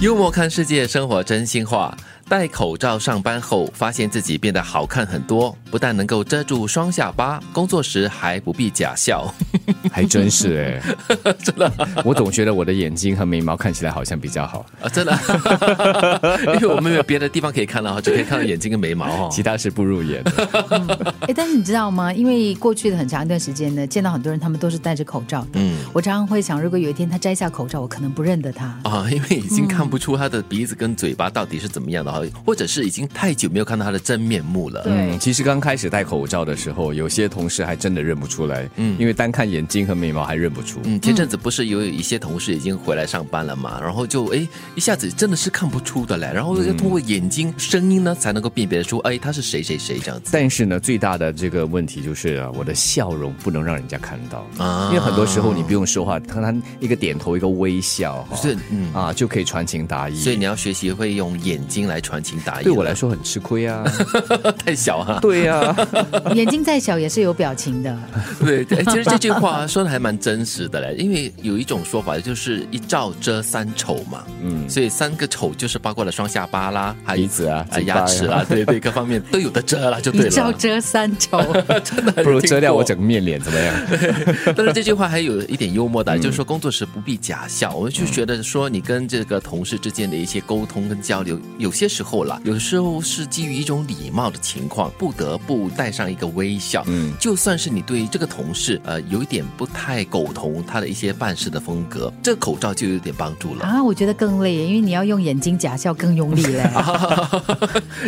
幽默看世界，生活真心话。戴口罩上班后，发现自己变得好看很多，不但能够遮住双下巴，工作时还不必假笑。 还真是哎、真的，我总觉得我的眼睛和眉毛看起来好像比较好，啊，真的， 因为我们没有别的地方可以看了，只可以看到眼睛跟眉毛哦其。他是不入眼的。 哎，但是你知道吗？因为过去的很长一段时间呢，见到很多人，他们都是戴着口罩的。嗯我常常会想，如果有一天他摘下口罩，我可能不认得他。 啊，因为已经看不出他的鼻子跟嘴巴到底是怎么样的哈，或者是已经太久没有看到他的真面目了。嗯，其实刚开始戴口罩的时候，有些同事还真的认不出来，嗯，因为单看眼睛和眉毛还认不出。嗯，前阵子不是有一些同事已经回来上班了嘛，然后就哎一下子真的是看不出的嘞，然后嗯要通过眼睛、声音呢才能够辨别出哎他是谁谁谁这样子但是呢，最大的这个问题就是啊，我的笑容不能让人家看到，啊因为很多时候你不用说话，看他一个点头，一个微笑，哈是嗯啊，就可以传情达所以意。你要学习会用眼睛来传情达意。嗯对我来说很吃亏啊，说 太小 啊，对呀、 眼睛再小也是有表情的。对，对其实这句话说的还蛮真实的嘞，因为有一种说法就是一照遮三丑嘛，嗯，所以三个丑就是包括了双下巴啦，还有鼻子啊呃嘴巴呀牙齿啊，对对，各方面都有的遮啦，就 对一了。罩遮三丑，不如遮掉我整面脸怎么样？ 但是这句话还有一点幽默的，就是说工作时不必假笑。我们就觉得说，你跟这个同事之间的一些沟通跟交流，有些时候啦，有时候是基于一种礼貌的情况，不得不带上一个微笑。嗯嗯，就算是你对这个同事呃有一点不太苟同他的一些办事的风格，这个口罩就有点帮助了。啊，我觉得更累，因为你要用眼睛假笑更用力 嘞。啊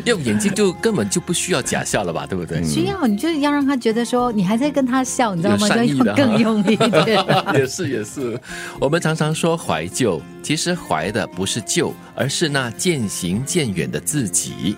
用眼睛就根本就不需要假笑了吧，对不对？需要，你就是要让他觉得说你还在跟他笑，你知道有吗？善要意用的哈更用力一点。 也是也是，我们常常说怀旧，其实怀的不是旧，而是那渐行渐远的自己。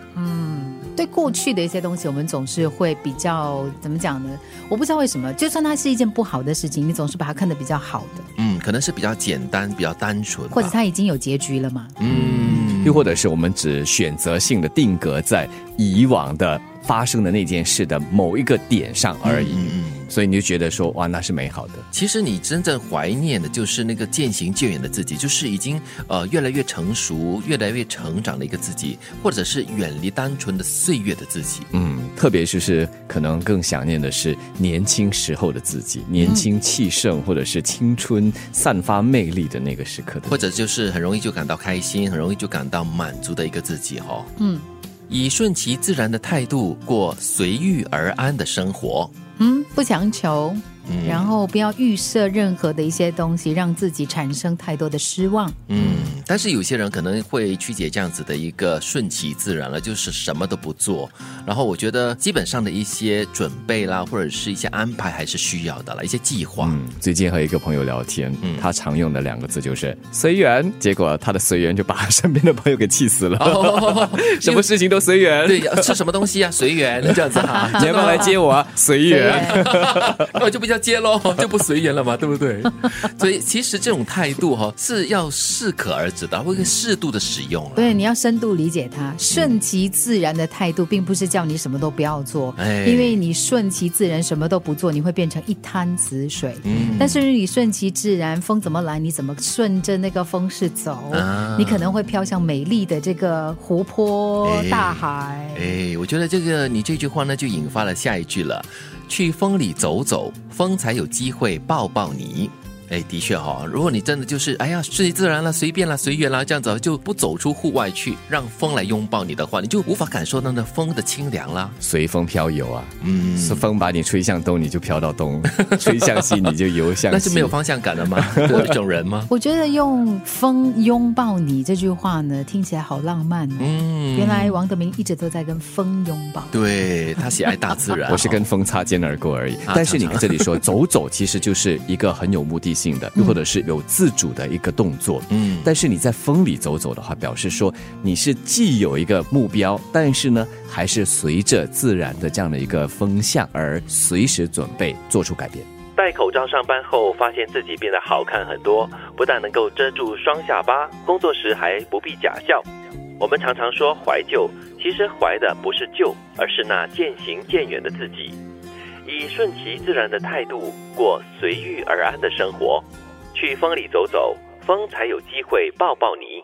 对过去的一些东西，我们总是会比较怎么讲呢？我不知道为什么，就算它是一件不好的事情，你总是把它看得比较好的，嗯，可能是比较简单、比较单纯吧，或者它已经有结局了嘛。嗯，又或者是我们只选择性的定格在以往的发生的那件事的某一个点上而已。所以你就觉得说，哇，那是美好的。其实你真正怀念的就是那个渐行渐远的自己，就是已经呃越来越成熟、越来越成长的一个自己，或者是远离单纯的岁月的自己。嗯，特别就是可能更想念的是年轻时候的自己，年轻气盛或者是青春散发魅力的那个时刻的或者就是很容易就感到开心，很容易就感到满足的一个自己哦。嗯，以顺其自然的态度过随遇而安的生活。嗯，不强求，嗯然后不要预设任何的一些东西，让自己产生太多的失望。嗯，但是有些人可能会曲解这样子的一个顺其自然了，就是什么都不做。然后我觉得基本上的一些准备啦，或者是一些安排还是需要的了，一些计划。 嗯，最近和一个朋友聊天，他常用的两个字就是随缘，结果他的随缘就把他 身边的朋友给气死了， 什么事情都随缘。对，要吃什么东西啊？随缘这样子哈、 你要不要来接我啊？随缘。对，那我就不叫接喽，就不随缘了嘛，对不 对？所以其实这种态度哈、是要适可而止的，会适度的使用了。对，你要深度理解它，顺其自然的态度，并不是叫你什么都不要做，哎因为你顺其自然什么都不做，你会变成一滩死水。嗯但是你顺其自然，风怎么来，你怎么顺着那个风势走，啊你可能会飘向美丽的这个湖泊、哎大海。哎，我觉得这个你这句话呢，就引发了下一句了。去风里走走，风才有机会抱抱你。哎，的确哈、如果你真的就是哎呀，顺其自然了，随便啦，随缘啦，这样子就不走出户外去，让风来拥抱你的话，你就无法感受到那风的清凉啦。随风飘游啊，嗯，是风把你吹向东，你就飘到东； 吹向西，你就游向西。那是没有方向感了 吗？我这种人吗？我觉得用“风拥抱你”这句话呢，听起来好浪漫、哦。嗯，原来王德明一直都在跟风拥抱。对他喜爱大自然 。我是跟风擦肩而过而已。啊但是你这里说走走，其实就是一个很有目的性的，又或者是有自主的一个动作。嗯但是你在风里走走的话，表示说你是既有一个目标，但是呢，还是随着自然的这样的一个风向而随时准备做出改变。戴口罩上班后，发现自己变得好看很多，不但能够遮住双下巴，工作时还不必假笑。我们常常说怀旧，其实怀的不是旧，而是那渐行渐远的自己。以顺其自然的态度过随遇而安的生活，去风里走走，风才有机会抱抱你。